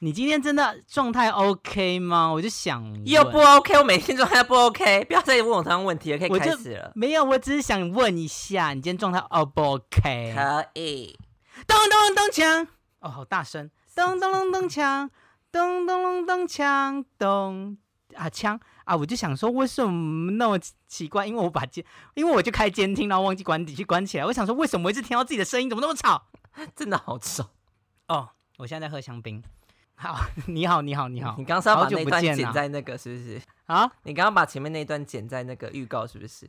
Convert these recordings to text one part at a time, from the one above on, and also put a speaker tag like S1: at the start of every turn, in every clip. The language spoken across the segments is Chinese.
S1: 你今天真的状态 OK 吗？我就想问
S2: 又不 OK，我每天状态不 OK，不要再问我同样问题了，可以
S1: 我
S2: 开
S1: 就
S2: 始了。
S1: 没有，我只是想问一下，你今天状态 O 不 OK？
S2: 可以，
S1: 咚咚咚锵！哦，好大声！咚咚咚咚锵，咚咚咚咚锵，咚啊锵啊！我就想说，为什么那么奇怪？因为我把监，因为我就开监听，然后忘记关机关起来。我想说，为什么我一直听到自己的声音，怎么那么吵？
S2: 真的好吵。
S1: 哦，我现在在喝香槟。好，你好，你好，你好
S2: 你，刚刚是要
S1: 好
S2: 把
S1: 久
S2: 那
S1: 不
S2: 段
S1: 见
S2: 剪
S1: 啊
S2: 在那个是不是？
S1: 啊，
S2: 你刚刚把前面那段剪在那个预告是不是？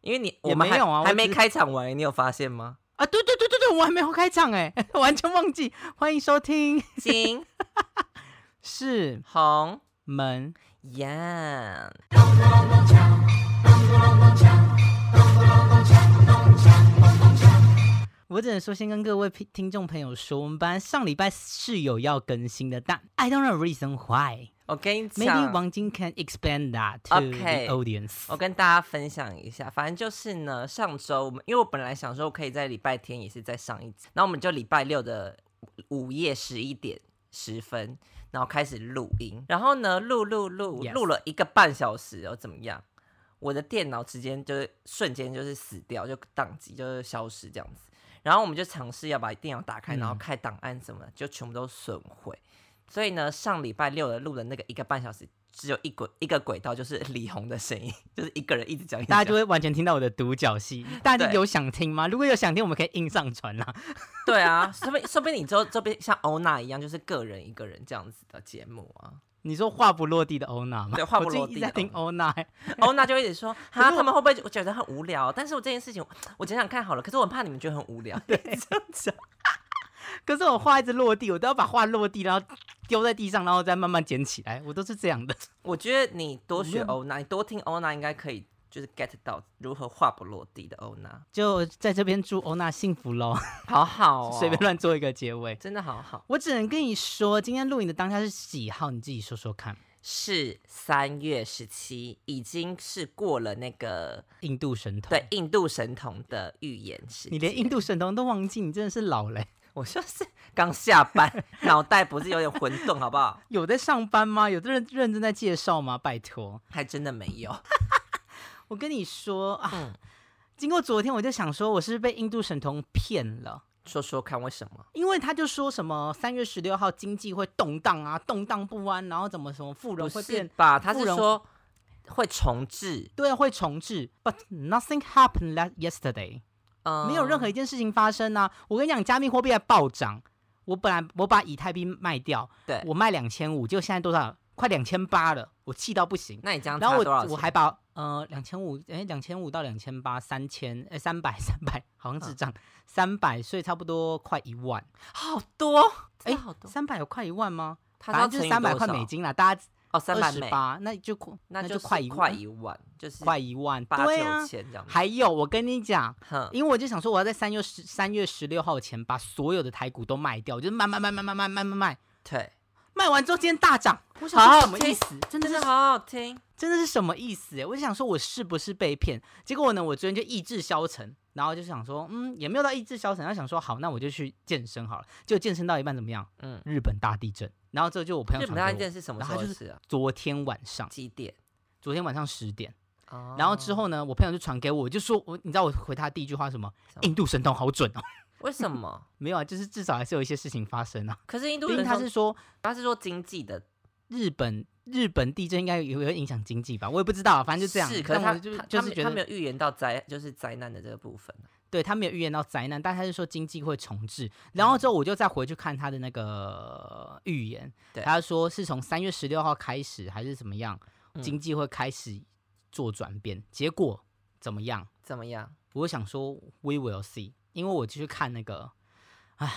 S2: 因为你
S1: 也
S2: 我们
S1: 没
S2: 还
S1: 有啊我
S2: 还没
S1: 只是
S2: 开场完，你有发 现吗？
S1: 啊，对对对对对，我还没有开场哎， 完全忘记。欢迎收听，
S2: 金
S1: 是
S2: 红
S1: 门
S2: 呀，
S1: 我只能说，先跟各位听听众朋友说，我们班上礼拜是有要更新的，但 I don't know reason why.
S2: 我跟你讲
S1: Maybe，王晶 can explain that to
S2: Okay.
S1: the audience.
S2: 我跟大家分享一下，反正就是呢，上周我们因为我本来想说我可以在礼拜天也是再上一集，然后我们就礼拜六的午夜十一点十分，然后开始录音，然后呢录录录
S1: Yes
S2: 录了一个半小时哦，怎么样？我的电脑直接就是瞬间就是死掉，就宕机，就是消失这样子。然后我们就尝试要把电脑打开，
S1: 嗯
S2: 然后开档案什么的，就全部都损毁。所以呢，上礼拜六的录的那个一个半小时，只有一轨一个轨道，就是李红的声音， 就是一个人一直讲，一直
S1: 大家就
S2: 讲
S1: 会完全听到我的独角戏。大家
S2: 对
S1: 有想听吗？如果有想听，我们可以硬上传啦。
S2: 对啊， 说不定说不定你之后这边像欧娜一样，就是个人一个人这样子的节目啊。
S1: 你说话不落地的欧娜吗？
S2: 对话不落
S1: 我最近一直
S2: 地的
S1: 在听欧娜、欸
S2: 欧娜就会一直说，哈，
S1: 我
S2: 他们会不会觉得很无聊？但是我这件事情，我想想看好了，可是我很怕你们觉得很无 聊。对，这样讲。
S1: 可是我话一直落地，我都要把话落地，然后丢在地上，然后再慢慢捡起来。我都是这样的。
S2: 我觉得你多
S1: 没
S2: 学
S1: 有
S2: 欧娜，你多听欧娜，应该可以就是 get 到如何话不落地的欧 娜，
S1: 就在这边祝欧娜幸福喽，
S2: 好好哦，
S1: 随便乱做一个结尾。
S2: 真的好好。
S1: 我只能跟你说，今天录影的当下是几号？你自己说说看。
S2: 是三月十七，已经是过了那个
S1: 印度神童，
S2: 对，印度神童的预言时间。
S1: 你连印度神童都忘记，你真的是老嘞、
S2: 我就是刚下班， 脑袋不是有点混沌，好不好？
S1: 有在上班吗？有在认认真在介绍吗？拜托，
S2: 还真的没有。
S1: 我跟你说啊，
S2: 嗯
S1: 经过昨天我就想说，我是不是被印度神童骗了。
S2: 说说看为什么？
S1: 因为他就说什么三月十六号经济会动荡啊，动荡不安，然后怎么什么富人
S2: 不
S1: 会
S2: 是
S1: 变，
S2: 吧？他是
S1: 富人
S2: 说会重置，
S1: 对，啊会重置。But nothing happened last yesterday，、
S2: 嗯，
S1: 没有任何一件事情发生啊。我跟你讲，加密货币还暴涨。我本来我把以太币卖掉，
S2: 对
S1: 我卖两千五，就现在多少？快两千八了，我气到不行。
S2: 那你这样
S1: 然
S2: 差
S1: 后
S2: 多少
S1: 我
S2: 钱？
S1: 我还把呃两千五哎两千五到两千八三千哎三百 三百好像智
S2: 嗯
S1: 障三百所以差不多快一万
S2: 好多，
S1: 哎
S2: 哎，好多。
S1: 三百有快一万吗？
S2: 他
S1: 反正
S2: 说
S1: 就是
S2: 乘以
S1: 三百
S2: 多
S1: 块
S2: 少
S1: 美金啦，大家
S2: 哦，三
S1: 二
S2: 百
S1: 十
S2: 美，
S1: 八那就快
S2: 那
S1: 就是快一
S2: 快
S1: 万
S2: 一万，就是
S1: 快一万
S2: 八
S1: 对
S2: 九
S1: 啊。
S2: 千这样子。
S1: 还有我跟你讲，
S2: 哼，
S1: 因为我就想说我要在三月十三月十六号前把所有的台股都卖掉，我就卖卖卖卖卖卖卖卖卖，
S2: 对，
S1: 卖完之后今天大涨，我想
S2: 好
S1: 说
S2: 好
S1: 什么意
S2: 听
S1: 思？真的
S2: 真
S1: 是
S2: 的好好听。
S1: 真的是什么意思欸？我就想说，我是不是被骗？结果呢，我昨天就意志消沉，然后就想说，嗯，也没有到意志消沉，然后想说，好，那我就去健身好了。就健身到一半怎么样？
S2: 嗯，
S1: 日本大地震，然后这就我朋友
S2: 日
S1: 传
S2: 本
S1: 给
S2: 大地
S1: 我，
S2: 震是什么
S1: 然
S2: 时
S1: 后
S2: 候
S1: 他
S2: 的
S1: 就
S2: 事啊？
S1: 昨天晚上，
S2: 几点？
S1: 昨天晚上十点，
S2: 哦
S1: 然后之后呢，我朋友就传给我，我就说我，你知道我回他第一句话是什么？
S2: 什么
S1: 印度神童好准哦。
S2: 为什么？
S1: 没有啊，就是至少还是有一些事情发生啊。
S2: 可是印度
S1: 毕竟
S2: 人
S1: 他
S2: 他
S1: 是
S2: 是
S1: 说
S2: 他是说经济的，
S1: 日本日本地震应该有会影响经济吧，我也不知道啊，反正就这样。
S2: 是，可是
S1: 但
S2: 他
S1: 我就
S2: 他
S1: 就
S2: 他
S1: 是
S2: 没
S1: 觉
S2: 他
S1: 得
S2: 没有预言到灾，就是灾难的这个部分。啊
S1: 对他没有预言到灾难，但他是说经济会重置。然后之后我就再回去看他的那个呃预言，
S2: 对
S1: 他说是从三月十六号开始还是怎么样，
S2: 嗯
S1: 经济会开始做转变。结果怎么样？
S2: 怎么样？
S1: 我想说 we will see，因为我就去看那个，唉，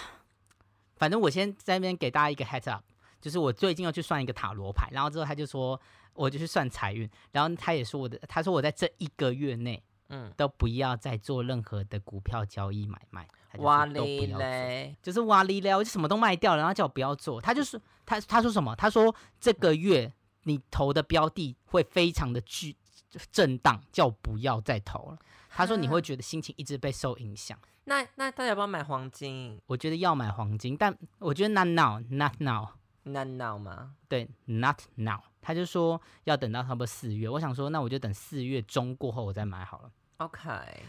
S1: 反正我先在那边给大家一个 heads up，就是我最近要去算一个塔罗牌，然后之后他就说我就去算财运，然后他也说我的，他说我在这一个月内。
S2: 嗯，
S1: 都不要再做任何的股票交易买卖，他就说
S2: 哇
S1: 都不
S2: 嘞
S1: 要做，
S2: 嘞，
S1: 就是哇哩嘞，我就什么都卖掉了，然后叫我不要做。他就是他他说什么？他说这个月你投的标的会非常的巨震荡，叫我不要再投了。他说你会觉得心情一直被受影响。
S2: 那那大家要不要买黄金？
S1: 我觉得要买黄金，但我觉得 not now，not now，
S2: 那闹吗？
S1: 对，not now，他就说要等到差不多四月。我想说，那我就等四月中过后我再买好了。
S2: OK，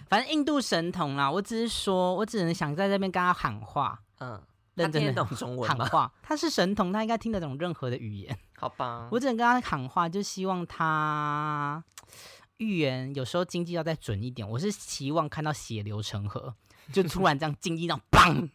S1: 反正印度神童啦，我只是说我只能想在这边跟他喊话，
S2: 嗯，他
S1: 认真
S2: 听
S1: 的
S2: 得懂中文
S1: 喊
S2: 吗？
S1: 话。他是神童，他应该听得懂任何的语言。
S2: 好吧，
S1: 我只能跟他喊话，就希望他预言有时候经济要再准一点。我是期望看到血流成河，就突然这样经济上砰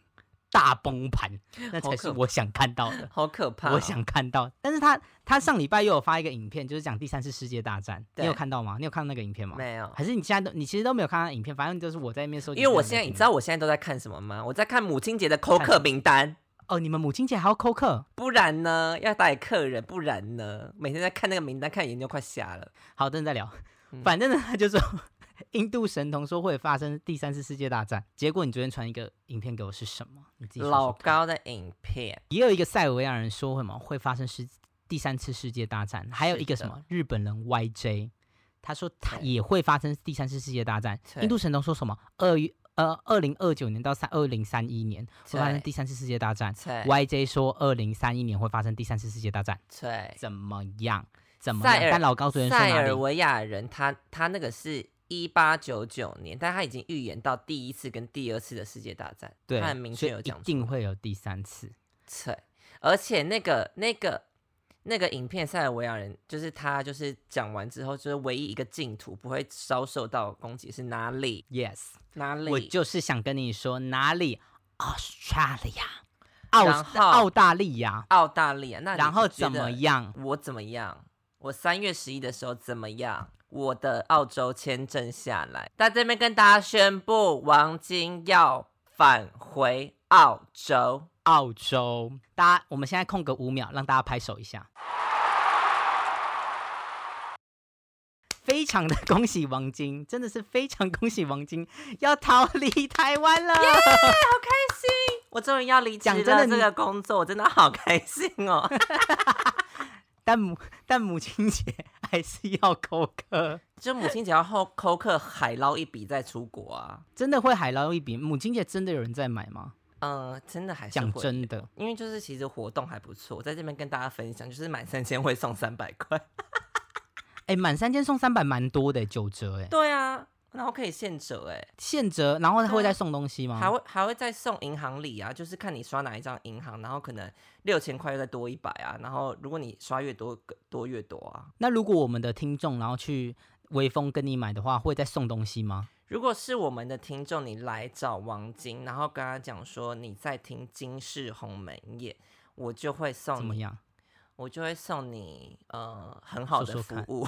S1: 大崩盘，那
S2: 好
S1: 才是
S2: 可
S1: 我想看到的。
S2: 好可怕哦、
S1: 我想看到，但是他他上礼拜又有发一个影片，就是讲第三次世界大战，你有
S2: 对
S1: 看到吗？你有看到那个影片吗？
S2: 哦没有，
S1: 还是你现在都你其实都没有看到影片，反正就是我在那边搜集
S2: 因
S1: 资
S2: 为
S1: 料给你
S2: 我
S1: 们
S2: 现
S1: 听。
S2: 在你知道我现在都在看什么吗？我在看母亲节的扣
S1: 看
S2: 客名单。
S1: 哦，你们母亲节还要扣客。
S2: 不然呢？要打给客人，不然呢？每天在看那个名单，看眼睛都快瞎了。
S1: 好，等等再聊。
S2: 嗯
S1: 反正呢，他就说印度神童说会发生第三次世界大战，结果你昨天传一个影片给我是什么？你自己说说
S2: 老
S1: 看
S2: 高的影片，
S1: 也有一个塞尔维亚人说会嘛会发生世第三次世界大战，还有
S2: 是
S1: 一个什
S2: 的
S1: 么日本人 YJ，他说他
S2: 对
S1: 也会发生第三次世界大战。
S2: 对
S1: 印度神童说什么二月呃二零二九年到三二零三一年会发生
S2: 对
S1: 第三次世界大战
S2: 对
S1: ，YJ 说二零三一年会发生第三次世界大战，
S2: 对，
S1: 怎么样？怎么
S2: 塞
S1: 样？
S2: 尔
S1: 但老高昨天说
S2: 塞
S1: 哪
S2: 尔
S1: 里？
S2: 维亚人他他那个是一八九九年，但他已经预言到第一次跟第二次的世界大战，
S1: 对，
S2: 他很明
S1: 所
S2: 确
S1: 以
S2: 有
S1: 一
S2: 讲出
S1: 定会有第三次。
S2: 对，而且那个那个那个影片，塞尔维亚人就是他就是讲完之后，就是唯一一个净土不会遭受到攻击是哪里
S1: Yes，
S2: 哪里？
S1: 我就是想跟你说哪里？Australia，澳
S2: 然后
S1: 澳大利亚，
S2: 澳大利亚，那你
S1: 然后
S2: 觉
S1: 怎么
S2: 得
S1: 样？
S2: 我怎么样？我三月十一的时候怎么样？我的澳洲签证下来，在这边跟大家宣布，王晶要返回澳洲。
S1: 澳洲，大家，我们现在空个五秒，让大家拍手一下。非常的恭喜王晶，真的是非常恭喜王晶要逃离台湾了。
S2: 我终于要离职
S1: 讲
S2: 了，
S1: 真的
S2: 这
S1: 你
S2: 个工作我真的好开心哦。
S1: 但母但母亲节还是要扣客，
S2: 就母亲节要后扣客海捞一笔再出国啊。
S1: 真的会海捞一笔。母亲节真的有人在买吗？
S2: 嗯、真的还是
S1: 讲
S2: 会，
S1: 真的，
S2: 因为就是其实活动还不错，我在这边跟大家分享，就是满三千会送三百块。
S1: 哎，满三千送三百，蛮多的，九折哎，
S2: 对啊，然后可以现折哎、
S1: 现折，然后他会
S2: 对
S1: 再
S2: 啊
S1: 送东西吗？
S2: 还会还会再送银行礼啊，就是看你刷哪一张银行，然后可能六千块又再多一百啊，然后如果你刷越多多越多啊。
S1: 那如果我们的听众然后去微风跟你买的话，会再送东西吗？
S2: 如果是我们的听众，你来找王晶，然后跟他讲说你在听《金氏鸿门宴》，我就会
S1: 怎
S2: 送
S1: 么
S2: 你，
S1: 样？
S2: 我就会送你呃很好
S1: 说说
S2: 的服
S1: 看
S2: 务。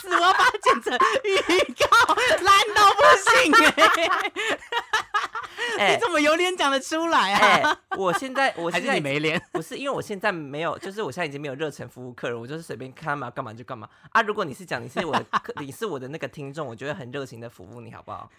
S1: 死我要把它剪成预告，烂到不行哎、
S2: 哎
S1: 你怎么有脸讲得出来啊？
S2: 哎、我现在 我
S1: 还
S2: 现
S1: 是
S2: 在
S1: 你
S2: 已经
S1: 没脸？
S2: 不是因为我现在没有，就是我现在已经没有热忱服务客人，我就是随便看他们要干嘛就干嘛啊。如果你是讲你是我的客，你是我的那个听众，我就会很热情的服务你，好不好？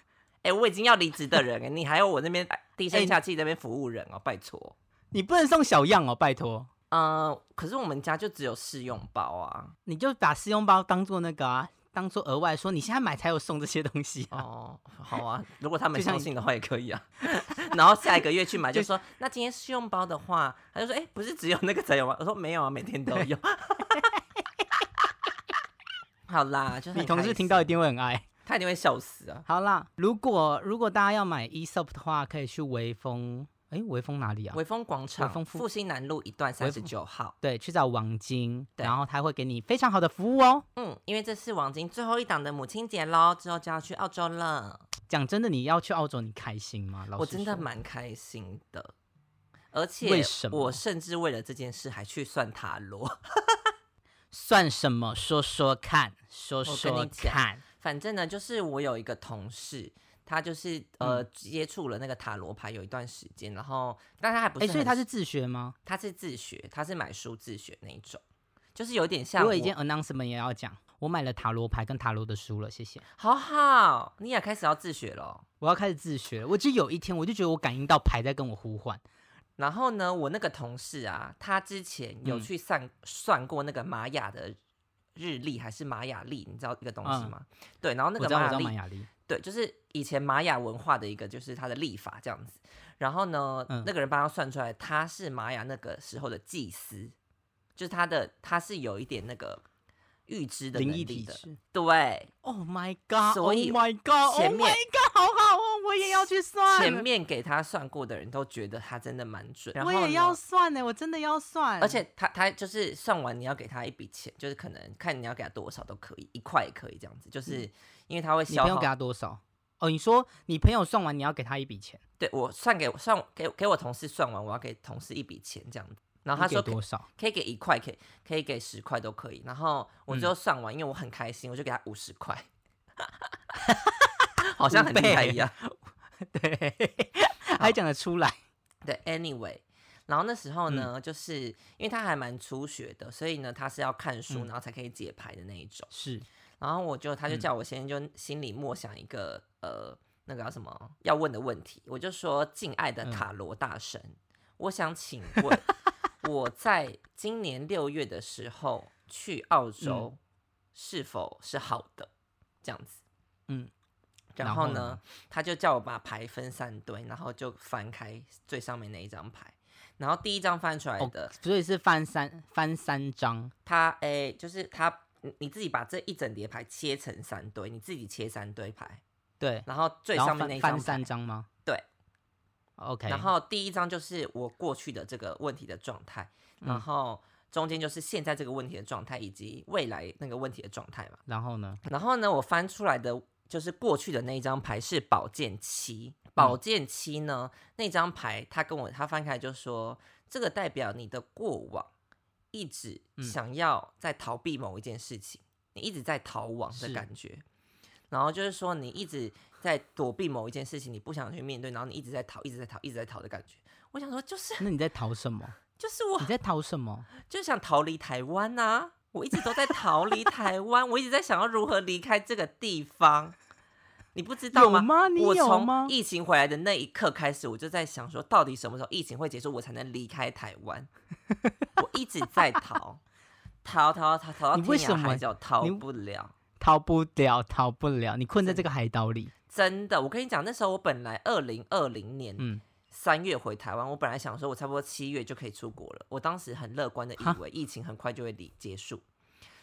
S2: 哎、我已经要离职的人、你还有我那边低声下气那边服务人哦，拜托。
S1: 你不能送小样哦，拜托。
S2: 嗯，可是我们家就只有试用包啊。
S1: 你就把试用包当做那个啊，当做额外说，你现在买才有送这些东西啊。
S2: 哦， 好啊，如果他们
S1: 就像
S2: 相信的话也可以啊。 然后下一个月去买，就说那今天试用包的话，他就说哎、不是只有那个才有吗？我说没有啊，每天都有。 好啦，就是
S1: 你
S2: 很
S1: 同
S2: 开
S1: 事
S2: 心
S1: 听到一定会很爱。
S2: 他一定会笑死啊！
S1: 好啦，如果如果大家要买 E ESOP 的话，可以去微风，哎、微风哪里啊？
S2: 微风广场
S1: 丰复
S2: 复兴南路一段
S1: 微
S2: 三十
S1: 风
S2: 九号。
S1: 对，去找王晶，
S2: 对
S1: 然后他会给你非常好的服务哦。
S2: 嗯，因为这是王晶最后一档的母亲节喽，之后就要去澳洲了。
S1: 讲真的，你要去澳洲，你开心吗？老
S2: 我
S1: 实
S2: 真的
S1: 说
S2: 蛮开心的，而
S1: 为
S2: 且
S1: 什么
S2: 我甚至为了这件事还去算塔罗。
S1: 算什么？说说看，说
S2: 跟
S1: 说
S2: 你讲
S1: 看。
S2: 反正呢，就是我有一个同事。他就是
S1: 嗯
S2: 呃接触了那个塔罗牌有一段时间，然后但他还不
S1: 哎、
S2: 是很，
S1: 所以他是自学吗？
S2: 他是自学，他是买书自学那一种，就是有点像
S1: 我
S2: 我
S1: 已经 announcement 也要讲，我买了塔罗牌跟塔罗的书了，谢谢。
S2: 好好，你也开始要自学了哦。
S1: 我要开始自学了。我就有一天，我就觉得我感应到牌在跟我呼唤。
S2: 然后呢，我那个同事啊，他之前有
S1: 嗯
S2: 去算、算过那个玛雅的日历还是玛雅历，你知道一个东西
S1: 嗯
S2: 吗？对，然后那
S1: 我
S2: 个
S1: 知道，
S2: 玛
S1: 我知
S2: 雅
S1: 道玛
S2: 历，
S1: 雅历，
S2: 对，就是以前玛雅文化的一个，就是它的历法这样子。然后呢，
S1: 嗯
S2: 那个人帮他算出来，他是玛雅那个时候的祭司，就是他的他是有一点那个预知的能
S1: 灵异
S2: 力
S1: 体
S2: 的。
S1: 质。
S2: 对，
S1: Oh my god！
S2: 所以
S1: Oh my god！Oh
S2: 前
S1: my
S2: 面
S1: god！好好哦，我也要去算，
S2: 前面给他算过的人都觉得他真的蛮准。然
S1: 我
S2: 后
S1: 也
S2: 呢
S1: 要算欸呢，我真的要算。
S2: 而且他他就是算完你要给他一笔钱，就是可能看你要给他多少都可以，一块也可以这样子，就是因为他会
S1: 嗯你
S2: 消
S1: 朋友
S2: 耗
S1: 给。他多少？哦，你说你朋友算完，你要给他一笔钱，
S2: 对我算给我算给给我同事算完，我要给同事一笔钱这样子。然后啊他
S1: 你
S2: 说
S1: 给
S2: 可以
S1: 多 少？
S2: 可以给一块，可以可以给十块都可以。然后
S1: 嗯
S2: 我最后算完，因为我很开心，我就给他五十 块，好像很
S1: 五倍
S2: 厉害一样。
S1: 对，还讲得出来。
S2: 对，anyway，然后那时候呢，
S1: 嗯
S2: 就是因为他还蛮初学的，所以呢他是要看书，
S1: 嗯
S2: 然后才可以解牌的那一种。
S1: 是，
S2: 然后我就他就
S1: 嗯
S2: 叫我先就心里默想一个呃那个叫什么要问的问题，我就说敬爱的
S1: 嗯
S2: 塔罗大神，我想请问，我在今年六月的时候去澳
S1: 嗯
S2: 洲是否是好的？这样子，
S1: 嗯。
S2: 然
S1: 然
S2: 后
S1: 后
S2: 呢
S1: 呢，
S2: 他就叫我把牌分三堆，然后就翻开最上面那一张牌，然后第一张翻出来
S1: 哦
S2: 的，
S1: 所以是翻三翻三张，
S2: 它诶、就是它，你你自己把这一整叠牌切成三堆，你自己切三堆牌，
S1: 对，
S2: 然后最
S1: 然后
S2: 上面
S1: 翻
S2: 那一张
S1: 翻
S2: 牌
S1: 三，张吗？
S2: 对
S1: ，OK。
S2: 然后第一张就是我过去的这个问题的状态，然
S1: 嗯
S2: 后中间就是现在这个问题的状态，以及未来那个问题的状态嘛。
S1: 然后呢？
S2: 然后呢，我翻出来的就是过去的那一张牌是宝剑七，
S1: 嗯
S2: 宝剑七呢那张牌，他跟我他翻开来就说，这个代表你的过往一直
S1: 嗯
S2: 想要在逃避某一件事情，你一直在逃亡的
S1: 是
S2: 感觉。然后就是说，你一直在躲避某一件事情，你不想去面对，然后你一直在逃，一直在逃，一直在逃的感觉。我想说，就是
S1: 那你在逃什 么？
S2: 就是我
S1: 你在逃什么？
S2: 就是想逃离台湾呐、我一直都在逃离台湾，我一直在想要如何离开这个地方。你不知道
S1: 有
S2: 吗？
S1: 吗？你
S2: 我
S1: 有吗
S2: 从？疫情回来的那一刻开始，我就在想说，到底什么时候疫情会结束，我才能离开台湾？我一直在逃，逃逃逃逃到
S1: 你为
S2: 天涯
S1: 什么
S2: 海角，逃
S1: 你
S2: 不了。
S1: 逃不了，逃不了，你困在
S2: 真
S1: 这个海岛里。
S2: 真的，我跟你讲，那时候我本来二零二零年
S1: 嗯，
S2: 三月回台湾，我本来想说，我差不多七月就可以出国了。我当时很乐观的
S1: 哈
S2: 以为疫情很快就会离结束，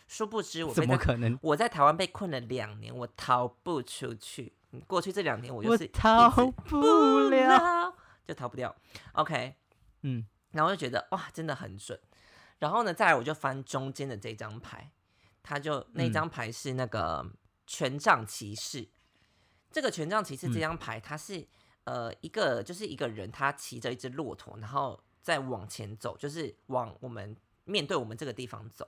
S2: 殊不知我
S1: 嗯怎
S2: 被
S1: 么
S2: 在
S1: 可能？
S2: 我在台湾被困了两年，我逃不出去。嗯过去这两年我就
S1: 我
S2: 是一直嗯
S1: 逃
S2: 不
S1: 不了。，
S2: 就逃不掉。OK，
S1: 嗯，
S2: 然后就觉得哇，真的很准。然后呢，再来我就翻中间的这张牌，它就那
S1: 嗯
S2: 张牌是那个权杖骑士。这个权杖骑士
S1: 嗯
S2: 这张牌，它是呃一个就是一个人，他骑着一只骆驼，然后再往前走，就是往我们面对我们这个地方走。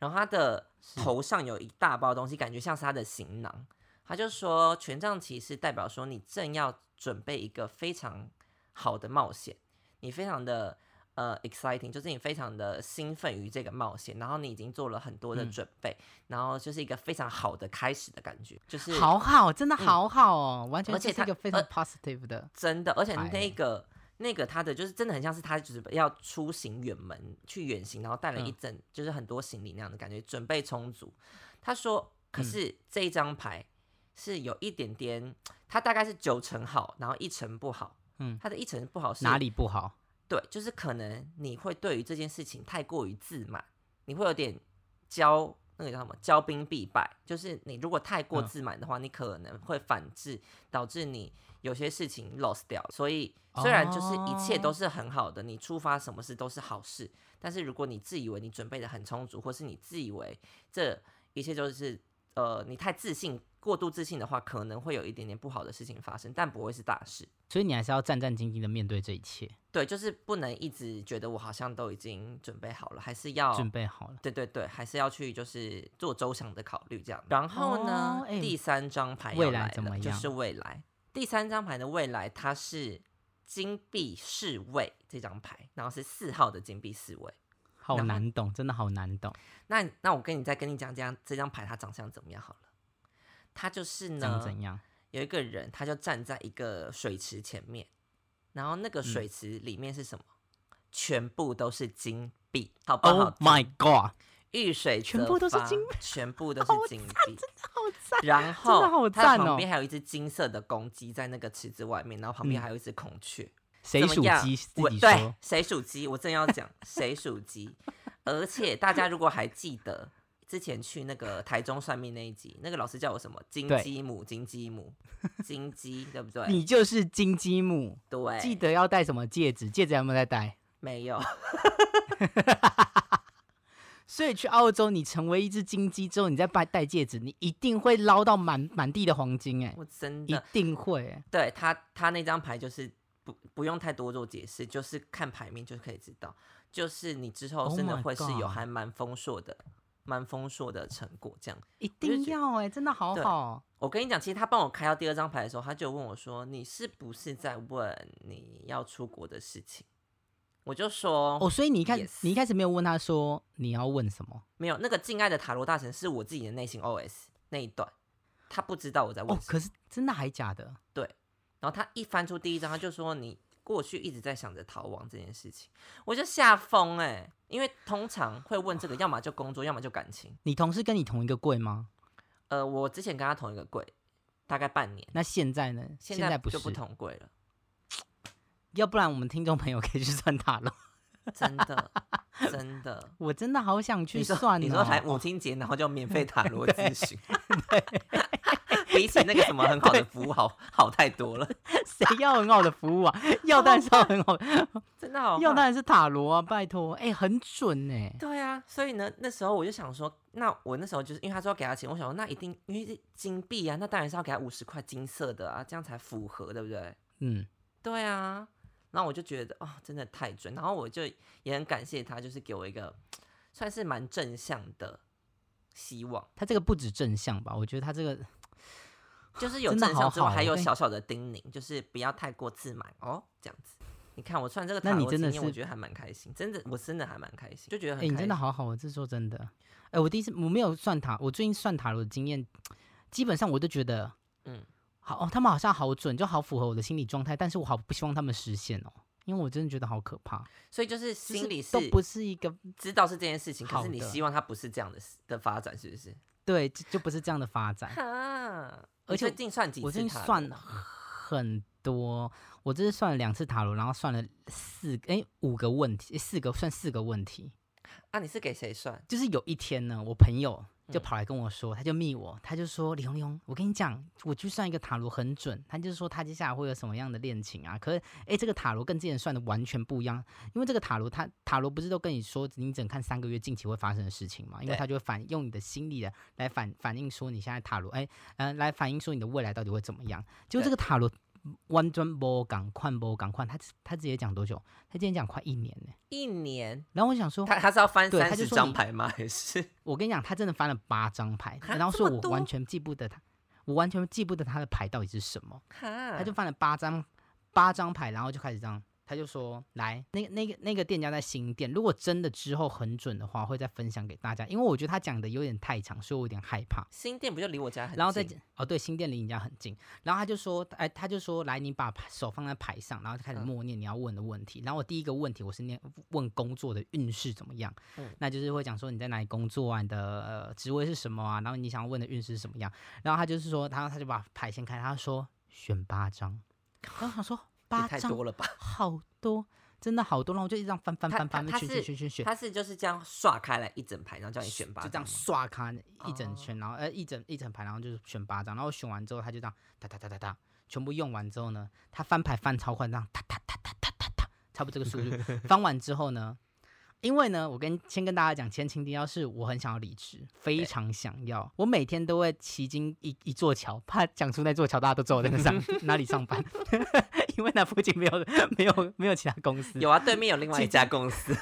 S2: 然后他的头上有一大包东西，感觉像是他的行囊。他就说，权杖骑士代表说你正要准备一个非常好的冒险，你非常的呃 exciting，就是你非常的兴奋于这个冒险，然后你已经做了很多的
S1: 嗯
S2: 准备，然后就是一个非常好的开始的感觉，就是
S1: 好好，真的
S2: 嗯
S1: 好好哦，完全
S2: 而且
S1: 就是
S2: 他
S1: 一个非常
S2: 呃
S1: positive 的。哎
S2: 真的，而且
S1: 牌
S2: 那个那个他的就是真的很像是他就是要出行远门去远行，然后带了
S1: 嗯
S2: 一整、就是很多行李那样的感觉，准备充足。他
S1: 嗯
S2: 说，可是这一张牌是有一点点，他大概是九成好，然后一成不好。
S1: 嗯
S2: 他的一成不好是
S1: 哪？里不好？
S2: 对，就是可能你会对于这件事情太过于自满，你会有点骄那个叫什么骄兵必败，就是你如果太过
S1: 嗯
S2: 自满的话，你可能会反制，导致你有些事情 lost 掉。所以
S1: 哦
S2: 虽然就是一切都是很好的，你出发什么事都是好事，但是如果你自以为你准备的很充足，或是你自以为这一切就是呃你太自信、过度自信的话，可能会有一点点不好的事情发生，但不会是大事。
S1: 所以你还是要战战兢兢的面对这一切，
S2: 对，就是不能一直觉得我好像都已经准备好了，还是要
S1: 准备好了。
S2: 对对对，还是要去就是做周详的考虑这样。然后呢，
S1: 哦哎
S2: 第三张牌
S1: 未
S2: 要
S1: 来
S2: 来
S1: 怎
S2: 了
S1: 么
S2: 就
S1: 样
S2: 是未来。第三张牌的未来，它是金币侍卫这张牌，然后是四号的金币侍卫。
S1: 好
S2: 然后
S1: 难懂，真的好难懂。
S2: 那那我跟你再跟你讲这样这张牌它长相怎么样好了。它就是
S1: 长
S2: 呢，
S1: 怎样？
S2: 有一个人，他就站在一个水池前面，然后那
S1: 嗯
S2: 个水哦池里面是什么？全部都是金币，好不好
S1: Oh my god！
S2: 遇水
S1: 全
S2: 则
S1: 部都是
S2: 发
S1: 金，
S2: 全部都
S1: 好
S2: 是金币。
S1: 好赞！
S2: 然
S1: 真的
S2: 后
S1: 好
S2: 它
S1: 赞
S2: 的旁
S1: 哦
S2: 边还有一只金色的公鸡在那个池子外面，然后旁边
S1: 嗯
S2: 还有一只孔雀。
S1: 谁
S2: 怎么
S1: 属
S2: 样
S1: 鸡自
S2: 我
S1: 己
S2: 对
S1: 说，
S2: 谁属鸡？我正要讲谁属鸡。而且大家如果还记得之前去那个台中算命那一集，那个老师叫我什么金
S1: 对
S2: 鸡母、金 鸡母、金鸡，对不对？
S1: 你就是金鸡母，
S2: 对，
S1: 记得要戴什么戒指？戒指有没有在戴？
S2: 没有？
S1: 所以去澳洲，你成为一只金鸡之后，你再戴戴戒指，你一定会捞到满满地的黄金、哎，
S2: 我真
S1: 一
S2: 的
S1: 定会、哎
S2: 对他他那张牌就是不不用太多做解释，就是看牌面就可以知道，就是你之后
S1: Oh
S2: 真的
S1: my
S2: 会是有
S1: God
S2: 还蛮丰硕的、蛮丰硕的成果这样。
S1: 一
S2: 就觉
S1: 定要哎、真的好
S2: 对哦
S1: 好，
S2: 我跟你讲，其实他帮我开到第二张牌的时候，他就问我说：“你是不是在问你要出国的事情？”我就说：“
S1: 哦，所以你一开
S2: Yes
S1: 你一开始没有问他说你要问什么，
S2: 没有，那个敬爱的塔罗大神是我自己的内心 OS 那一段，他不知道我在问
S1: 哦，
S2: 什么。
S1: 可是真的还假的？
S2: 然后他一翻出第一张，他就说：“你过去一直在想着逃亡这件事情。”我就吓疯哎、因为通常会问这个，要么就工作，要么就感情。
S1: 你同事跟你同一个柜吗？
S2: 呃，我之前跟他同一个柜，大概半年，
S1: 那现在呢？现
S2: 现在
S1: 不是
S2: 就，不同柜了。
S1: 要不然我们听众朋友可以去算塔罗。
S2: 真的，真的。
S1: 我真的好想去
S2: 你说
S1: 算、哦
S2: 你说来母亲节，然后就免费塔罗咨 询，比起那个什么很好的服务好好太 多了，
S1: 谁要很好的服务啊？要当然是要很好，
S2: 真的好
S1: 要当
S2: 坏
S1: 然是塔罗啊！拜托，哎、很准哎、
S2: 对啊，所以呢，那时候我就想说，那我那时候就是因为他说要给他钱，我想说那一定因为是金币啊，那当然是要给他五十块金色的啊，这样才符合，对不对？
S1: 嗯，
S2: 对啊，然后我就觉得哦，真的太准，然后我就也很感谢他，就是给我一个算是蛮正向的希望。
S1: 他这个不止正向吧？我觉得他这个
S2: 就是有
S1: 真的
S2: 正向之外，
S1: 好好
S2: 还
S1: 我
S2: 有
S1: 跟你
S2: 小小的叮咛，就是不要太过自满哦，这样子。你看我算这个塔
S1: 那你
S2: 罗
S1: 真的
S2: 经验，我
S1: 是
S2: 觉得还蛮开心，真的，我真的还蛮开心，就觉得
S1: 哎、
S2: 很开
S1: 你
S2: 心。
S1: 真的好好，我是说真的。哎、我第一次我没有算塔，我最近算塔罗的经验，基本上我都觉得，嗯
S2: 嗯，
S1: 好、哦，他们好像好准，就好符合我的心理状态，但是我好不希望他们实现哦，因为我真的觉得好可怕，
S2: 所以就是
S1: 就是
S2: 心里是
S1: 都不是一个
S2: 知道是这件事情，可
S1: 好
S2: 是你
S1: 的
S2: 希望它不是这样的事的发展，是不是？
S1: 对，就就不是这样的发展。
S2: 哈，
S1: 而
S2: 你
S1: 且
S2: 最近算几次？
S1: 我最近算，很多，我这是算了两次塔罗，然后算了四哎、五个问题，诶四个算四个问题。
S2: 啊，你是给谁算？
S1: 就是有一天呢，我朋友就
S2: 嗯
S1: 跑来跟我说，他就密我，他就说李红李红，我跟你讲，我去算一个塔罗很准，他就说他接下来会有什么样的恋情啊？可是哎，这个塔罗跟之前算的完全不一样，因为这个塔罗它塔罗不是都跟你说你只能看三个月近期会发生的事情嘛？因为
S2: 对
S1: 它就会反用你的心理的来反反映说你现在塔罗哎呃来反映说你的未来到底会怎么样？就
S2: 对
S1: 这个塔罗。完全不赶快不赶快，他他直接讲多久？他今天讲快一年呢、
S2: 一年，
S1: 然后我想说，
S2: 他他是要翻
S1: 对
S2: 三
S1: 他就
S2: 十
S1: 说
S2: 张
S1: 你
S2: 牌吗？还是
S1: 我跟你讲，他真的翻了八张牌，
S2: 哈
S1: 然后
S2: 这
S1: 说
S2: 么
S1: 我
S2: 多
S1: 完全记不得他，我完全记不得他的牌到底是什么。
S2: 哈？
S1: 他就翻了八张八张牌，然后就开始这样，他就说：“来，那个那个那个店家在新店，如果真的之后很准的话，会再分享给大家。因为我觉得他讲的有点太长，所以我有点害怕。
S2: 新店不就离我家很近？
S1: 然后再哦，对，新店离你家很近。然后他就说，哎，他就说，来，你把牌手放在牌上，然后就开始
S2: 嗯
S1: 默念你要问的问题。然后我第一个问题我是念问工作的运势怎么样，
S2: 嗯
S1: 那就是会讲说你在哪里工作啊，你的呃职位是什么啊，然后你想要问的运势是什么样。然后他就是说，他他就把牌掀开，他说选八张。然后我想说
S2: 也
S1: 八
S2: 太
S1: 张
S2: 多了吧？
S1: 好多，真的好多，然后我就一直这样翻翻
S2: 他
S1: 翻
S2: 他
S1: 翻，
S2: 他
S1: 选
S2: 是
S1: 选选选选。
S2: 他是就是这样刷开来一整排，然后叫你选八
S1: 就这
S2: 张
S1: 样
S2: 吗。
S1: 刷卡一整
S2: 哦
S1: 圈，然后呃一整一整排，然后就是选八张，然后选完之后他就这样哒哒哒哒哒，全部用完之后呢，他翻牌翻超快，这样哒哒哒哒哒哒哒，差不多这个速度。翻完之后呢，因为呢，我跟先跟大家讲，前情提要是我很想要离职，非
S2: 对
S1: 常想要，我每天都会骑经一一座桥，怕讲出那座桥，大家都知道我在那 上哪里上班， 因为那附近没有没有没有其他公司，
S2: 有啊，对面有另外一家公司。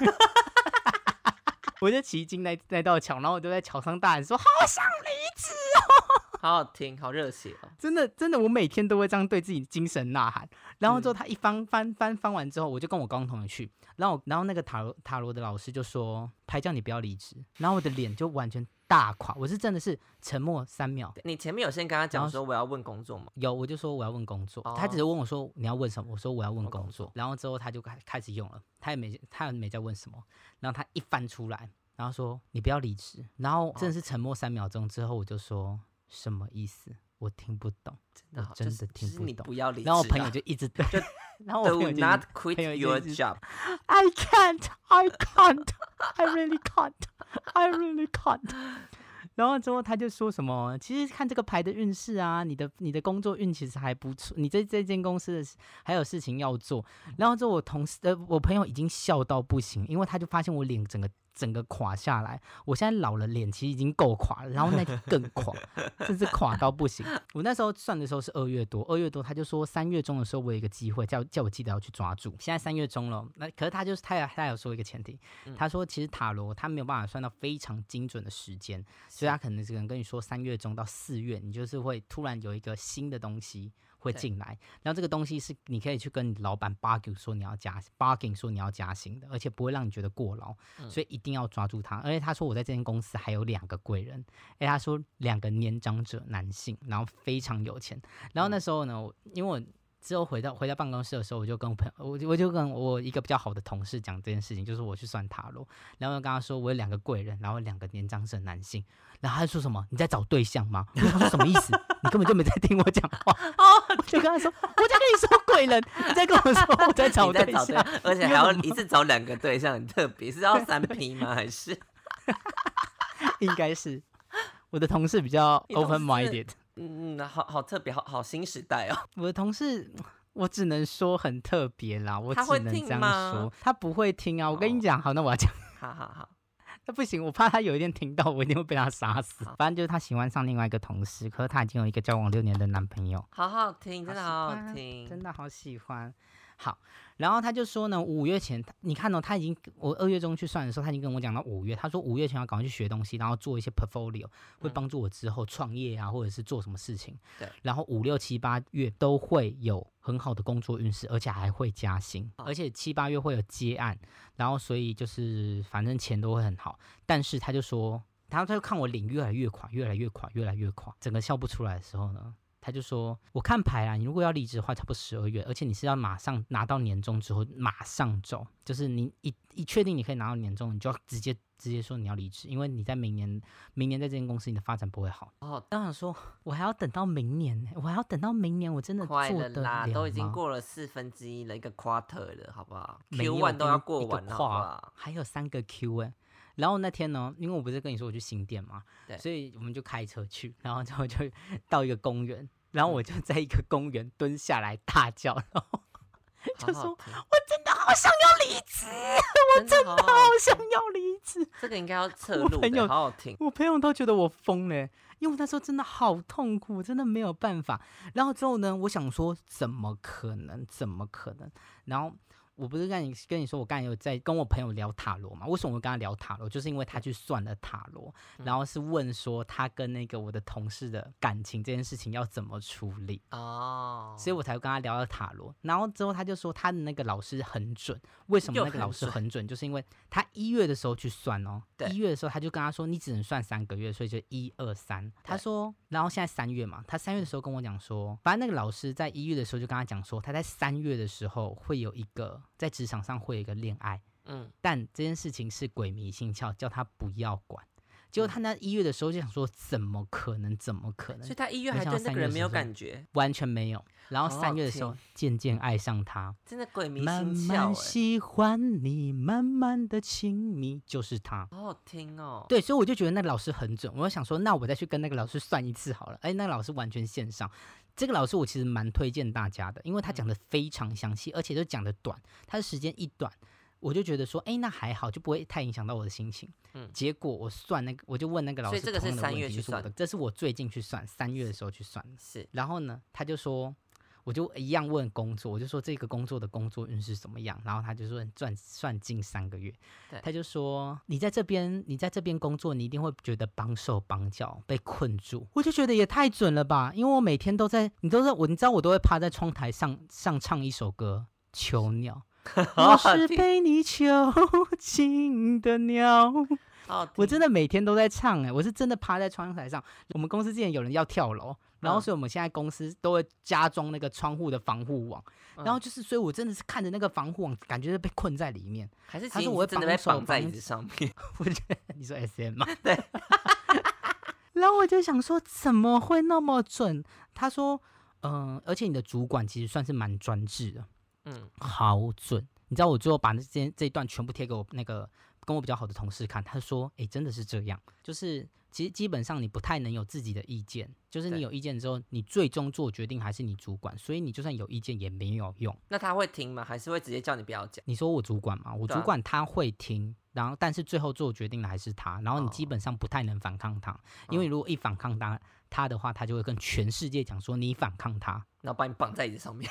S1: 我就骑经那那道桥，然后我就在桥上大喊说好想离职。
S2: 好好听，好热血哦！
S1: 真的真的，我每天都会这样对自己精神呐喊。然后之后他一翻翻翻翻完之后，我就跟我高中同学去，然后然后那个塔罗塔罗的老师就说：“拍叫你不要离职。”然后我的脸就完全大垮，我是真的是沉默三秒。
S2: 你前面有先跟他
S1: 然
S2: 讲
S1: 后
S2: 说我要问工作吗？
S1: 有，我就说我要问工作，
S2: 哦
S1: 他只是问我说你要问什么，我说我要问
S2: 问工
S1: 哦工作
S2: 作，
S1: 然后之后他就开开始用了，他也没他也没在问什么，然后他一翻出来，然然后说你不要离职，然后真的是沉默三秒钟之后，我就说什么意思？我听不懂，
S2: 那好
S1: 我真
S2: 就是
S1: 的听
S2: 就是
S1: 不
S2: 你
S1: 懂
S2: 不要离职啊。啊
S1: 然后我朋友就 一直对，然后我朋
S2: Do
S1: 友就
S2: not
S1: 朋友
S2: quit
S1: 就
S2: your
S1: 一直
S2: job。
S1: I can't, I can't, I really can't, I really can't。然 后之后他就说什么，其实看这个牌的运势啊，你的你的工作运其实还不错，你在这间公司的事还有事情要做。然后之后我同事呃，我朋友已经笑到不行，因为他就发现我脸整个整个垮下来，我现在老了，脸其实已经够垮了，然后那个更垮，真是垮到不行。 我那时候算的时候是二月多，二月多他就说三月中的时候我有一个机会，叫叫我记得要去抓住。现在三月中了，那可是他就是他有他有说一个前提，他说其实塔罗他没有办法算到非常精准的时间，所以他可能只能跟你说三月中到四月，你就是会突然有一个新的东西。会
S2: 对
S1: 进来，然后这个东西是你可以去跟你老板 bargain 说你要加 bargain 说你要加薪的，而且不会让你觉得过劳，
S2: 嗯
S1: 所以一定要抓住他。而且他说我在这间公司还有两个贵人，哎，他说两个年长者男性，然后非常有钱。然后
S2: 嗯
S1: 那时候呢，我因为我之后回到回到办公室的时候，我就跟我朋友，我就我就跟我一个比较好的同事讲这件事情，就是我去算塔罗，然后我就跟他说我有两个贵人，然后两个年长者男性，然后他就说什么你在找对象吗？我说什么意思？你根本就没在听我讲 话。哦，我就跟他说我在跟你说贵人，你在跟我说我在找
S2: 你在
S1: 对
S2: 找对
S1: 象
S2: 象。，而且
S1: 因
S2: 还
S1: 为
S2: 要
S1: 我们
S2: 一次找两个对象，很特别，是要三 P 吗？还是
S1: 应该是我的同事比较
S2: 你同事
S1: open minded，
S2: 嗯，好好特别，好好新时代哦。
S1: 我的同事。我只能说很特别啦，我
S2: 他会
S1: 只能
S2: 听
S1: 这样
S2: 吗
S1: 说。他不会听啊，我跟你
S2: 哦
S1: 讲，好，那我要讲。
S2: 好好好，
S1: 那不行，我怕他有一天听到，我一定会被他杀死
S2: 好。
S1: 反正就是他喜欢上另外一个同事，可是他已经有一个交往六年的男朋友，
S2: 好好听，真的好
S1: 好喜
S2: 好
S1: 欢啊真
S2: 听。
S1: 的好喜欢。好，然后他就说呢，五月前，你看哦，他已经我二月中去算的时候，他已经跟我讲到五月，他说五月前要赶快去学东西，然后做一些 portfolio，会
S2: 嗯
S1: 帮助我之后创业啊，或者是做什么事情。
S2: 对，
S1: 然后五六七八月都会有很好的工作运势，而且还会加薪，
S2: 好
S1: 而且七八月会有接案，然后所以就是反正钱都会很好。但是他就说，他他就看我脸越来越垮，越来越垮，越来越垮，整个笑不出来的时候呢，他就说，我看牌啊啦，你如果要离职的话，差不多十二月，而且你是要马上拿到年终之后马上走，就是你一一确定你可以拿到年终，你就要直接直接说你要离职，因为你在明年明年在这间公司你的发展不会好。
S2: 哦，
S1: 当然说，我还要等到明年呢、我还要等到明年，我真的做
S2: 快
S1: 得
S2: 了啦，都已经
S1: 吗
S2: 过了四分之一了，一个 quarter 了，好不好
S1: 没有
S2: ？Q one 都要
S1: 因为
S2: 过
S1: 一个
S2: 完了，好不
S1: 跨
S2: 好？
S1: 还有三个 Q 哎、然后那天呢，因为我不是跟你说我去新店嘛，
S2: 对
S1: 所以我们就开车去，然后之后就到一个公园，然后我就在一个公园蹲下来大叫，然后就
S2: 好
S1: 说
S2: 好听，
S1: 我真的好想要离职，
S2: 我真的好
S1: 好
S2: 好
S1: 想要离职。
S2: 这个 应该要侧
S1: 我
S2: 录
S1: 朋友
S2: 的，好好听。
S1: 我朋友都觉得我疯了欸，因为我那时候真的好痛苦，我真的没有办法。然后之后呢，我想说，怎么可能？怎么可能？然后我不是跟你跟你说，我刚才有在跟我朋友聊塔罗嘛？为什么我跟他聊塔罗？就是因为他去算了塔罗，然后是问说他跟那个我的同事的感情这件事情要怎么处理。
S2: 哦，
S1: 所以我才跟他聊到塔罗，然后之后他就说他的那个老师很准，为什么
S2: 又
S1: 那个
S2: 很
S1: 老师
S2: 准
S1: 很准？就是因为他一月的时候去算哦，
S2: 对
S1: 一月的时候他就跟他说你只能算三个月，所以就一二三。他说，然后现在三月嘛，他三月的时候跟我讲说，反正那个老师在一月的时候就跟他讲说，他在三月的时候会有一个在职场上会有一个恋爱，
S2: 嗯，
S1: 但这件事情是鬼迷心窍，叫他不要管。结果
S2: 嗯
S1: 他那一月的时候就想说，怎么可能？怎么可能
S2: 所以？他一月
S1: 没
S2: 还
S1: 想
S2: 对
S1: 到
S2: 那
S1: 三
S2: 个
S1: 月
S2: 人
S1: 的
S2: 没
S1: 时
S2: 有
S1: 候
S2: 感觉，
S1: 完全没有。然后
S2: 好
S1: 三
S2: 好
S1: 月的时候
S2: 听，
S1: 渐渐爱上他，
S2: 真的鬼哦迷
S1: 慢
S2: 心
S1: 慢
S2: 窍哎，
S1: 喜欢你，慢慢的亲你，就是他。
S2: 好好听哦。
S1: 对，所以我就觉得那个老师很准，我就想说，那我再去跟那个老师算一次好了。哎，那个老师完全线上，这个老师我其实蛮推荐大家的，因为他
S2: 嗯
S1: 讲的非常详细，而且都讲的短，他的时间一短，我就觉得说，哎，那还好，就不会太影响到我的心情。
S2: 嗯
S1: 结果我算那个，我就问那个老
S2: 所
S1: 师
S2: 以这
S1: 同
S2: 个
S1: 样
S2: 是
S1: 的问题，
S2: 三月去
S1: 就是我的
S2: 算
S1: 这是我最近去算，三月的时候去算的。
S2: 是
S1: 然后呢，他就说，我就一样问工作，我就说这个工作的工作运势怎么样？然后他就说赚算近三个月
S2: 对，
S1: 他就说你在这边你在这边工作，你一定会觉得帮手帮脚被困住。我就觉得也太准了吧，因为我每天都在，你都在我你知道我都会趴在窗台上上唱一首歌《囚鸟》，我是被你囚禁的鸟。
S2: 好
S1: 我真
S2: 的
S1: 的每天都在唱哎、我是真的趴在窗台上。我们公司之前有人要跳楼，然后
S2: 嗯
S1: 所以我们现在公司都会加装那个窗户的防护网，然后
S2: 嗯
S1: 就是，所以我真的是看着那个防护网，感觉是被困在里面。
S2: 还是
S1: 他
S2: 其实
S1: 说
S2: 你
S1: 我会
S2: 真的
S1: 绑
S2: 被
S1: 手
S2: 绑在椅
S1: 绑
S2: 子上 面，
S1: 我觉得你说 S M 吗？
S2: 对。
S1: 然后我就想说，怎么会那么准？他说，嗯、而且你的主管其实算是蛮专制的，
S2: 嗯，
S1: 好准。你知道我最后把那这这一段全部贴给我那个跟我比较好的同事看，他说，诶，真的是这样，就是其实基本上你不太能有自己的意见，就是你
S2: 对
S1: 有意见之后，你最终做决定还是你主管，所以你就算有意见也没有用。
S2: 那他会听吗？还是会直接叫你不要讲？
S1: 你说我主管嘛，我
S2: 对
S1: 主
S2: 啊
S1: 管他会听，然后但是最后做决定的还是他，然后你基
S2: 哦嗯
S1: 本上不太能反抗他，因为如果一反抗他他的话，他就会跟全世界讲说你反抗他，
S2: 然后把你绑在椅子上面。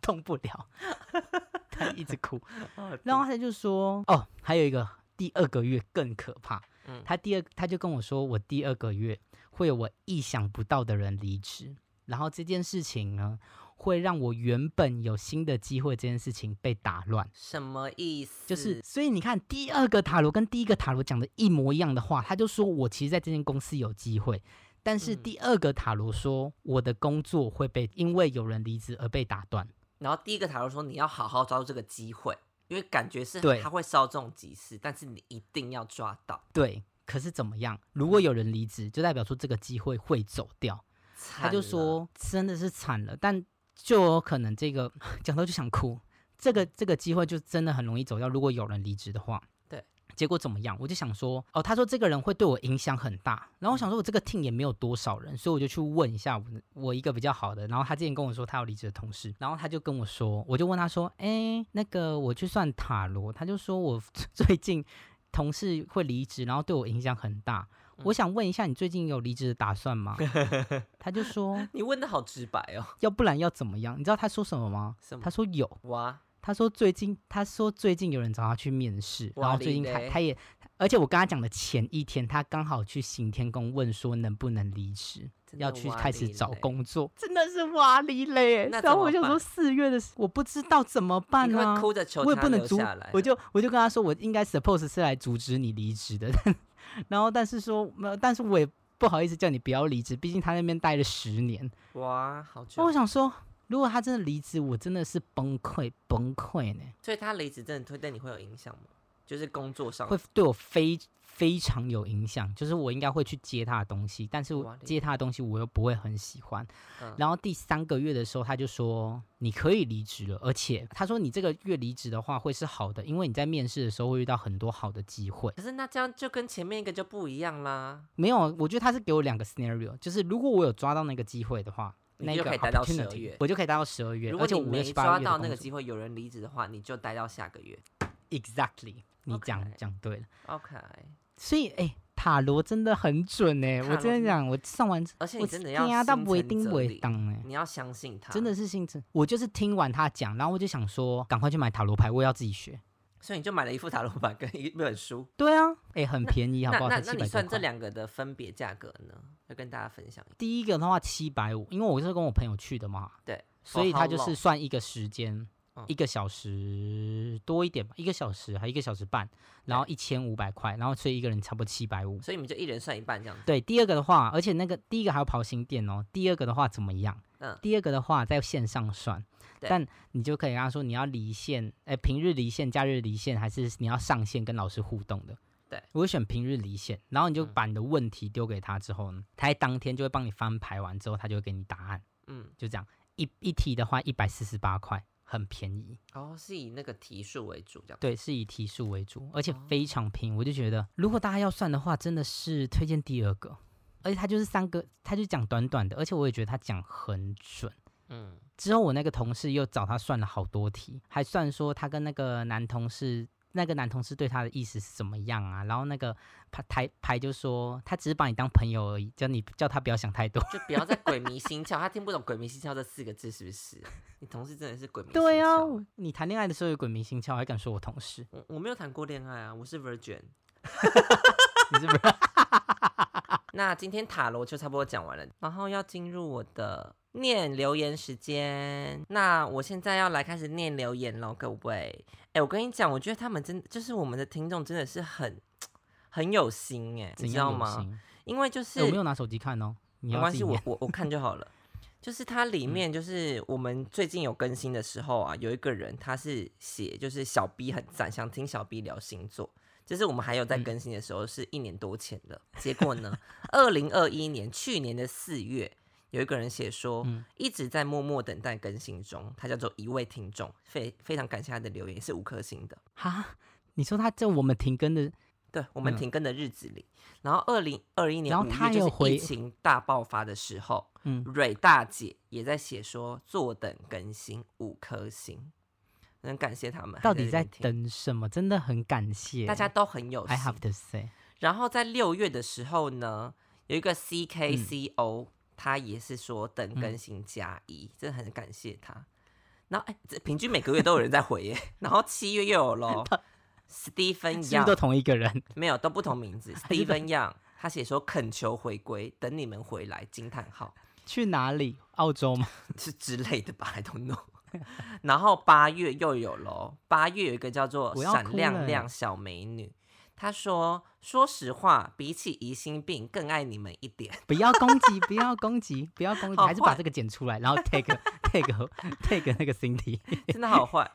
S1: 动不了， 他一直哭，
S2: 哦
S1: 然后他就说哦，还有一个第二个月更可怕，
S2: 嗯
S1: 他第二他就跟我说我第二个月会有我意想不到的人离职，然后这件事情呢会让我原本有新的机会这件事情被打乱。
S2: 什么意思？
S1: 就是，所以你看，第二个塔罗跟第一个塔罗讲的一模一样的话，他就说我其实在这间公司有机会，但是
S2: 嗯
S1: 第二个塔罗说我的工作会被因为有人离职而被打断。
S2: 然后第一个塔罗说你要好好抓住这个机会，因为感觉是
S1: 对
S2: 他会稍纵即逝，但是你一定要抓到。
S1: 对，可是怎么样？如果有人离职，就代表说这个机会会走掉。他就
S2: 惨了，
S1: 说真的是惨了，但就有可能这个 讲到就想哭，这个这个机会就真的很容易走掉。如果有人离职的话，
S2: 对，
S1: 结果怎么样？我就想说，哦，他说这个人会对我影响很大，然后我想说我这个 team 也没有多少人，所以我就去问一下我的我一个比较好的，然后他之前跟我说他有离职的同事，然后他就跟我说，我就问他说，哎，那个我去算塔罗，他就说我 最近同事会离职，然后对我影响很大。
S2: 嗯
S1: 我想问一下，你最近有离职的打算 吗？他就说
S2: 你问的好直白哦，
S1: 要不然要怎么样？你知道他说什么吗？
S2: 什么
S1: 他说有，
S2: 哇，
S1: 他说最近他说最近有人找他去面试，然
S2: 哇
S1: 后最近
S2: 你
S1: 他
S2: 嘞
S1: 他也，而且我跟他讲的前一天，他刚好去行天宫问说能不能离职，
S2: 真的
S1: 要去
S2: 哇
S1: 开始
S2: 你
S1: 找
S2: 嘞。
S1: 工作，真的是哇哩嘞
S2: 那
S1: 然后
S2: 怎
S1: 我
S2: 么
S1: 就说
S2: 办
S1: 四月的时，我不知道怎么办
S2: 你
S1: 啊
S2: 会，哭着求
S1: 我也
S2: 他
S1: 不能
S2: 留
S1: 阻
S2: 下来，
S1: 我就我就跟他说，我应该 suppose 是来阻止你离职的， 然后但是说，呃但是我也不好意思叫你不要离职，毕竟他那边待了十年。
S2: 哇，好
S1: 那我哦
S2: 久。
S1: 想说，如果他真的离职，我真的是崩溃崩溃呢，
S2: 所以他离职真的会对你会有影响吗？就是工作上
S1: 会对我非非常有影响。就是我应该会去接他的东西，但是我
S2: 哇理
S1: 接他的东西我又不会很喜欢。
S2: 嗯
S1: 然后第三个月的时候，他就说你可以离职了，而且他说你这个月离职的话会是好的，因为你在面试的时候会遇到很多好的机会。
S2: 可是那这样就跟前面一个就不一样啦，
S1: 没有，啊我觉得他是给我两个 scenario，就是如果我有抓到那个机会的话。
S2: 你
S1: 那
S2: 就
S1: 个
S2: 可以待到
S1: opportunity，
S2: 12月
S1: 我就可以待到十二月，
S2: 如
S1: 而
S2: 果
S1: 且
S2: 你
S1: 五月、
S2: 没
S1: 七八
S2: 抓
S1: 月的
S2: 到那
S1: 工
S2: 个
S1: 作
S2: 机会，有人离职的话，你就待到下个月。
S1: exactly，你讲
S2: OK
S1: 讲对了。
S2: OK，
S1: 所以，哎、塔罗真的很准哎、
S2: 塔
S1: 我
S2: 罗
S1: 真
S2: 真
S1: 的
S2: 的
S1: 讲，我上完
S2: 而且
S1: 我
S2: 你真的要
S1: 听到
S2: 心
S1: 不一
S2: 诚
S1: 定
S2: 则
S1: 会
S2: 灵
S1: 当哎，
S2: 你要相信他，
S1: 真的。是心诚。我就是听完他讲，然后我就想说，赶快去买塔罗牌，我也要自己学。
S2: 所以你就买了一副塔罗牌跟一本 书。
S1: 对啊，哎、很便宜，好
S2: 那
S1: 不好？
S2: 那
S1: 才
S2: 那
S1: 七
S2: 你
S1: 百多
S2: 算这
S1: 块。
S2: 两个的分别价格呢？要跟大家分享一下。
S1: 第一个的话七百五，因为我是跟我朋友去的嘛，
S2: 对，
S1: 所
S2: For
S1: 以他
S2: how
S1: 就是
S2: long？
S1: 算一个时间，
S2: 嗯
S1: 一个小时多一点吧，一个小时还一个小时半，然后一千五百块，然后所以一个人差不多七百五。
S2: 所以你们就一人算一半这样子。
S1: 对，第二个的话，而且那个第一个还要刨新店哦。第二个的话怎么样？
S2: 嗯
S1: 第二个的话在线上算，
S2: 对
S1: 但你就可以跟他说你要离线，哎，平日离线、假日离线，还是你要上线跟老师互动的？
S2: 对，
S1: 我会选平日离线，然后你就
S2: 嗯
S1: 把你的问题丢给他之后呢，他在当天就会帮你翻牌完之后，他就会给你答案，
S2: 嗯，
S1: 就这样。一一题的话一百四十八块，很便宜。
S2: 哦，是以那个题数为主这样。
S1: 对，是以题数为主，而且
S2: 哦
S1: 非常平。我就觉得，如果大家要算的话，真的是推荐第二个，而且他就是三个，他就讲短短的，而且我也觉得他讲很准。
S2: 嗯，
S1: 之后我那个同事又找他算了好多题，还算说他跟那个男同事。那个男同事对他的意思是怎么样啊？然后那个牌台牌就说，他只是把你当朋友而已，叫你叫他不要想太多。
S2: 就不要再鬼迷心窍，他听不懂“鬼迷心窍”这四个字是不是？你同事真的是鬼迷心窍。
S1: 对啊，你谈恋爱的时候有鬼迷心窍，还敢说我同事？
S2: 我我没有谈过恋爱啊，我是 virgin。
S1: 你 是不是？
S2: 那今天塔罗就差不多讲完了，然后要进入我的念留言时间。那我现在要来开始念留言喽，各位。哎，我跟你讲，我觉得他们真就是我们的听众真的是很很有心哎，你
S1: 怎
S2: 知道
S1: 样有
S2: 吗？
S1: 心？
S2: 因为就是
S1: 欸我没有拿手机看哦，你
S2: 没
S1: 要
S2: 关
S1: 自己
S2: 系，我
S1: 念嗯
S2: 我我看就好了。就是它里面就是我们最近有更新的时候啊，有一个人他是写就是小 B 很赞，想听小 B 聊星座。就是我们还有在
S1: 嗯
S2: 更新的时候是一年多前的，结果呢，二零二一年去年的四月，有一个人写说、
S1: 嗯
S2: 一直在默默等待更新中，他叫做一位听众，非非常感谢他的留言，是五颗星的。
S1: 哈，你说他在我们停更的，
S2: 对我们
S1: 嗯
S2: 停更的日子里，然后二零二一年
S1: 然后
S2: 五
S1: 他
S2: 月就
S1: 有
S2: 是
S1: 回
S2: 疫情大爆发的时候，
S1: 嗯，
S2: 蕊大姐也在写说坐等更新五颗星，很感谢他们。
S1: 到底在
S2: 还这边
S1: 等什么？真的很感谢欸
S2: 听？大家都很有
S1: ，I
S2: 心。
S1: have to say，
S2: 然后在六月的时候呢，有
S1: 嗯
S2: 一个 CKCO，、他也是说等更新加一，真的很感谢他。然后哎，这平均每个月都有人在回耶。 然后七月又有喽，Stephen
S1: 是不是都
S2: Young
S1: 同一个人？
S2: 没有都不同名字
S1: 是都
S2: ，Stephen Young 他写说恳求回归，等你们回来惊叹号。
S1: 去哪里？澳洲吗？
S2: 是之类的吧，I don't know。然后八月又有喽，八月有一个叫做
S1: 我要
S2: 闪
S1: 哭
S2: 亮
S1: 了
S2: 亮小美女，她说：“说实话，比起疑心病，更爱你们一点。
S1: 不要攻击，不要攻击，不要攻击，
S2: 好
S1: 还是把
S2: 坏
S1: 这个剪出来，然后 take take take 那个 Cindy，”
S2: 真的好坏。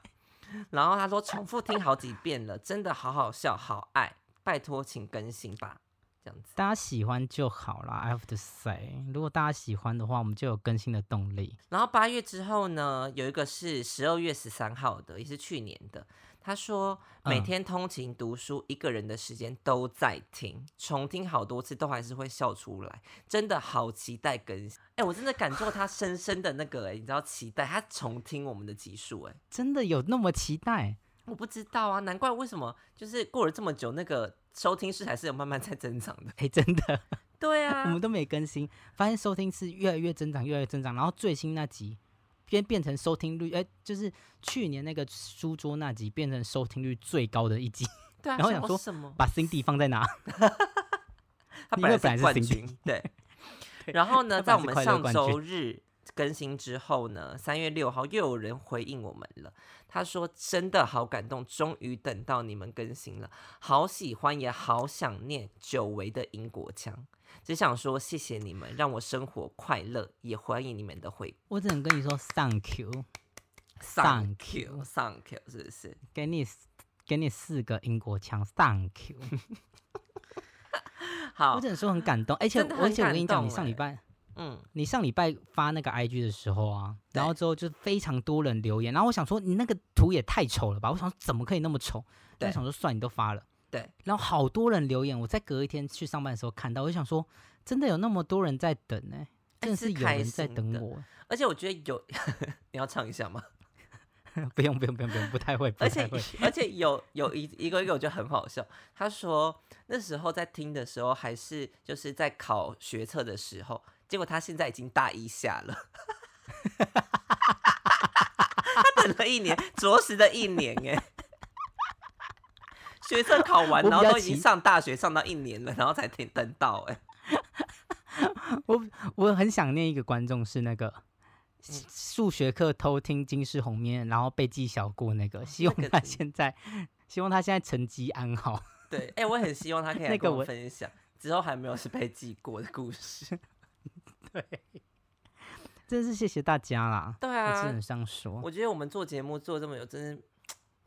S2: 然后她说：“重复听好几遍了，真的好好笑，好爱，拜托请更新吧。”这样子，
S1: 大家喜欢就好啦。I have to say，如果大家喜欢的话，我们就有更新的动力。
S2: 然后八月之后呢，有一个是十二月十三号的，也是去年的。他说每
S1: 嗯
S2: 天通勤、读书、一个人的时间都在听，重听好多次都还是会笑出来，真的好期待更新。哎、我真的感受他深深的那个、哎，你知道期待他重听我们的集数，哎，
S1: 真的有那么期待？
S2: 我不知道啊，难怪为什么就是过了这么久，那个收听数还是有慢慢在增长的。
S1: 哎，真的，
S2: 对
S1: 我们
S2: 啊，
S1: 都没更新，发现收听是越来越增长，越来越增长。然后最新那集变变成收听率，哎、就是去年那个书桌那集变成收听率最高的一集。
S2: 对啊，
S1: 然后想
S2: 想
S1: 说
S2: 说什么？
S1: 把 Cindy 放在哪？
S2: 他
S1: 因为
S2: 本来
S1: 本来
S2: 是
S1: 是
S2: 冠
S1: Cindy
S2: 军，对。 然后呢，
S1: 他
S2: 在我
S1: 本
S2: 们
S1: 来是快乐
S2: 上
S1: 冠
S2: 周日更新之后呢，三月六号又有人回应我们了，他说真的好感动，终于等到你们更新了，好喜欢也好想念久违的英国腔，只想说谢谢你们，让我生活快乐，也欢迎你们的回
S1: 我只能跟你说 Thank you，
S2: Thank
S1: Thank
S2: you,
S1: you
S2: thank you，是不是？
S1: 给你给你四个英国腔 Thank you。
S2: 好
S1: 我只，能说很感动，而且
S2: 真的很
S1: 而且我跟你
S2: 感
S1: 讲，
S2: 动
S1: 你上
S2: 欸
S1: 礼拜
S2: 嗯，
S1: 你上礼拜发那个 IG 的时候啊，然后
S2: 对
S1: 之后就非常多人留言，然后我想说你那个图也太丑了吧，我想说怎么可以那么丑？
S2: 对
S1: 但想说算你都发了，
S2: 对，
S1: 然后好多人留言，我在隔一天去上班的时候看到，我就想说真的有那么多人在等呢、真的
S2: 是
S1: 是有
S2: 哎开
S1: 人在
S2: 心
S1: 等
S2: 的
S1: 我，
S2: 而且我觉得有， 你要唱一下吗？
S1: 不用不用不用不用，不太会，不
S2: 而
S1: 太
S2: 且
S1: 会，
S2: 而且有有一一个一个我觉得很好笑，他说那时候在听的时候还是就是在考学测的时候，结果他现在已经大一下了，他等了一年，着实的一年哎。学测考完，
S1: 我比
S2: 然后
S1: 较
S2: 都已经
S1: 奇
S2: 上大学，上到一年了，然后才听等到哎、
S1: 我很想念一个观众是那个。
S2: 嗯
S1: 数学课偷听金氏红面，然后被记小过那个，希
S2: 哦
S1: 望
S2: 那个
S1: 他
S2: 真
S1: 现在，希望他现在成绩安好。
S2: 对， 哎、我很希望他可以来
S1: 那
S2: 跟
S1: 个
S2: 我
S1: 我
S2: 分享之后还没有是被记过的故事。
S1: 真是谢谢大家啦！
S2: 对
S1: 我
S2: 啊，
S1: 只能这样说，
S2: 我觉得我们做节目做这么久，真是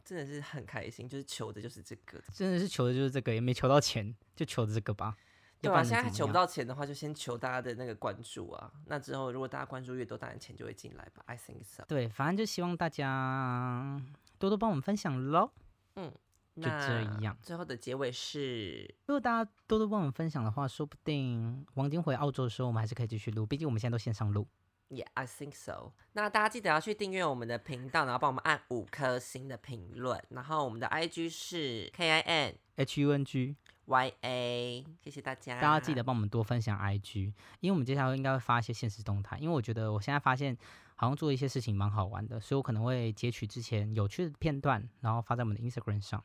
S2: 真的是很开心，就是求的就是这个。
S1: 真的是求的就是这个，也没求到钱，就求的这个吧。
S2: 对
S1: 要不
S2: 啊，
S1: 然
S2: 现
S1: 能
S2: 在还
S1: 怎么
S2: 求
S1: 样
S2: 不到钱的话，就先求大家的那个关注啊。那之后如果大家关注越多，当然钱就会进来吧。I think so。
S1: 对，反正就希望大家多多帮我们分享喽。就这
S2: 那
S1: 样
S2: 最后的结尾是，
S1: 如果大家多多帮我们分享的话，说不定王晶回澳洲的时候，我们还是可以继续录，毕竟我们现在都线上录。
S2: Yeah, I think so。那大家记得要去订阅我们的频道，然后帮我们按五颗星的评论。然后我们的 IG 是 K I N
S1: H U N G，
S2: Y A，谢谢大家。
S1: 大家记得帮我们多分享 IG，因为我们接下来应该会发一些现实动态。因为我觉得我现在发现好像做一些事情蛮好玩的，所以我可能会截取之前有趣的片段，然后发在我们的 Instagram 上。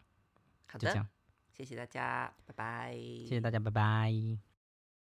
S2: 好
S1: 就这
S2: 的
S1: 样，，
S2: 谢谢大家，拜拜。
S1: 谢谢大家，拜拜。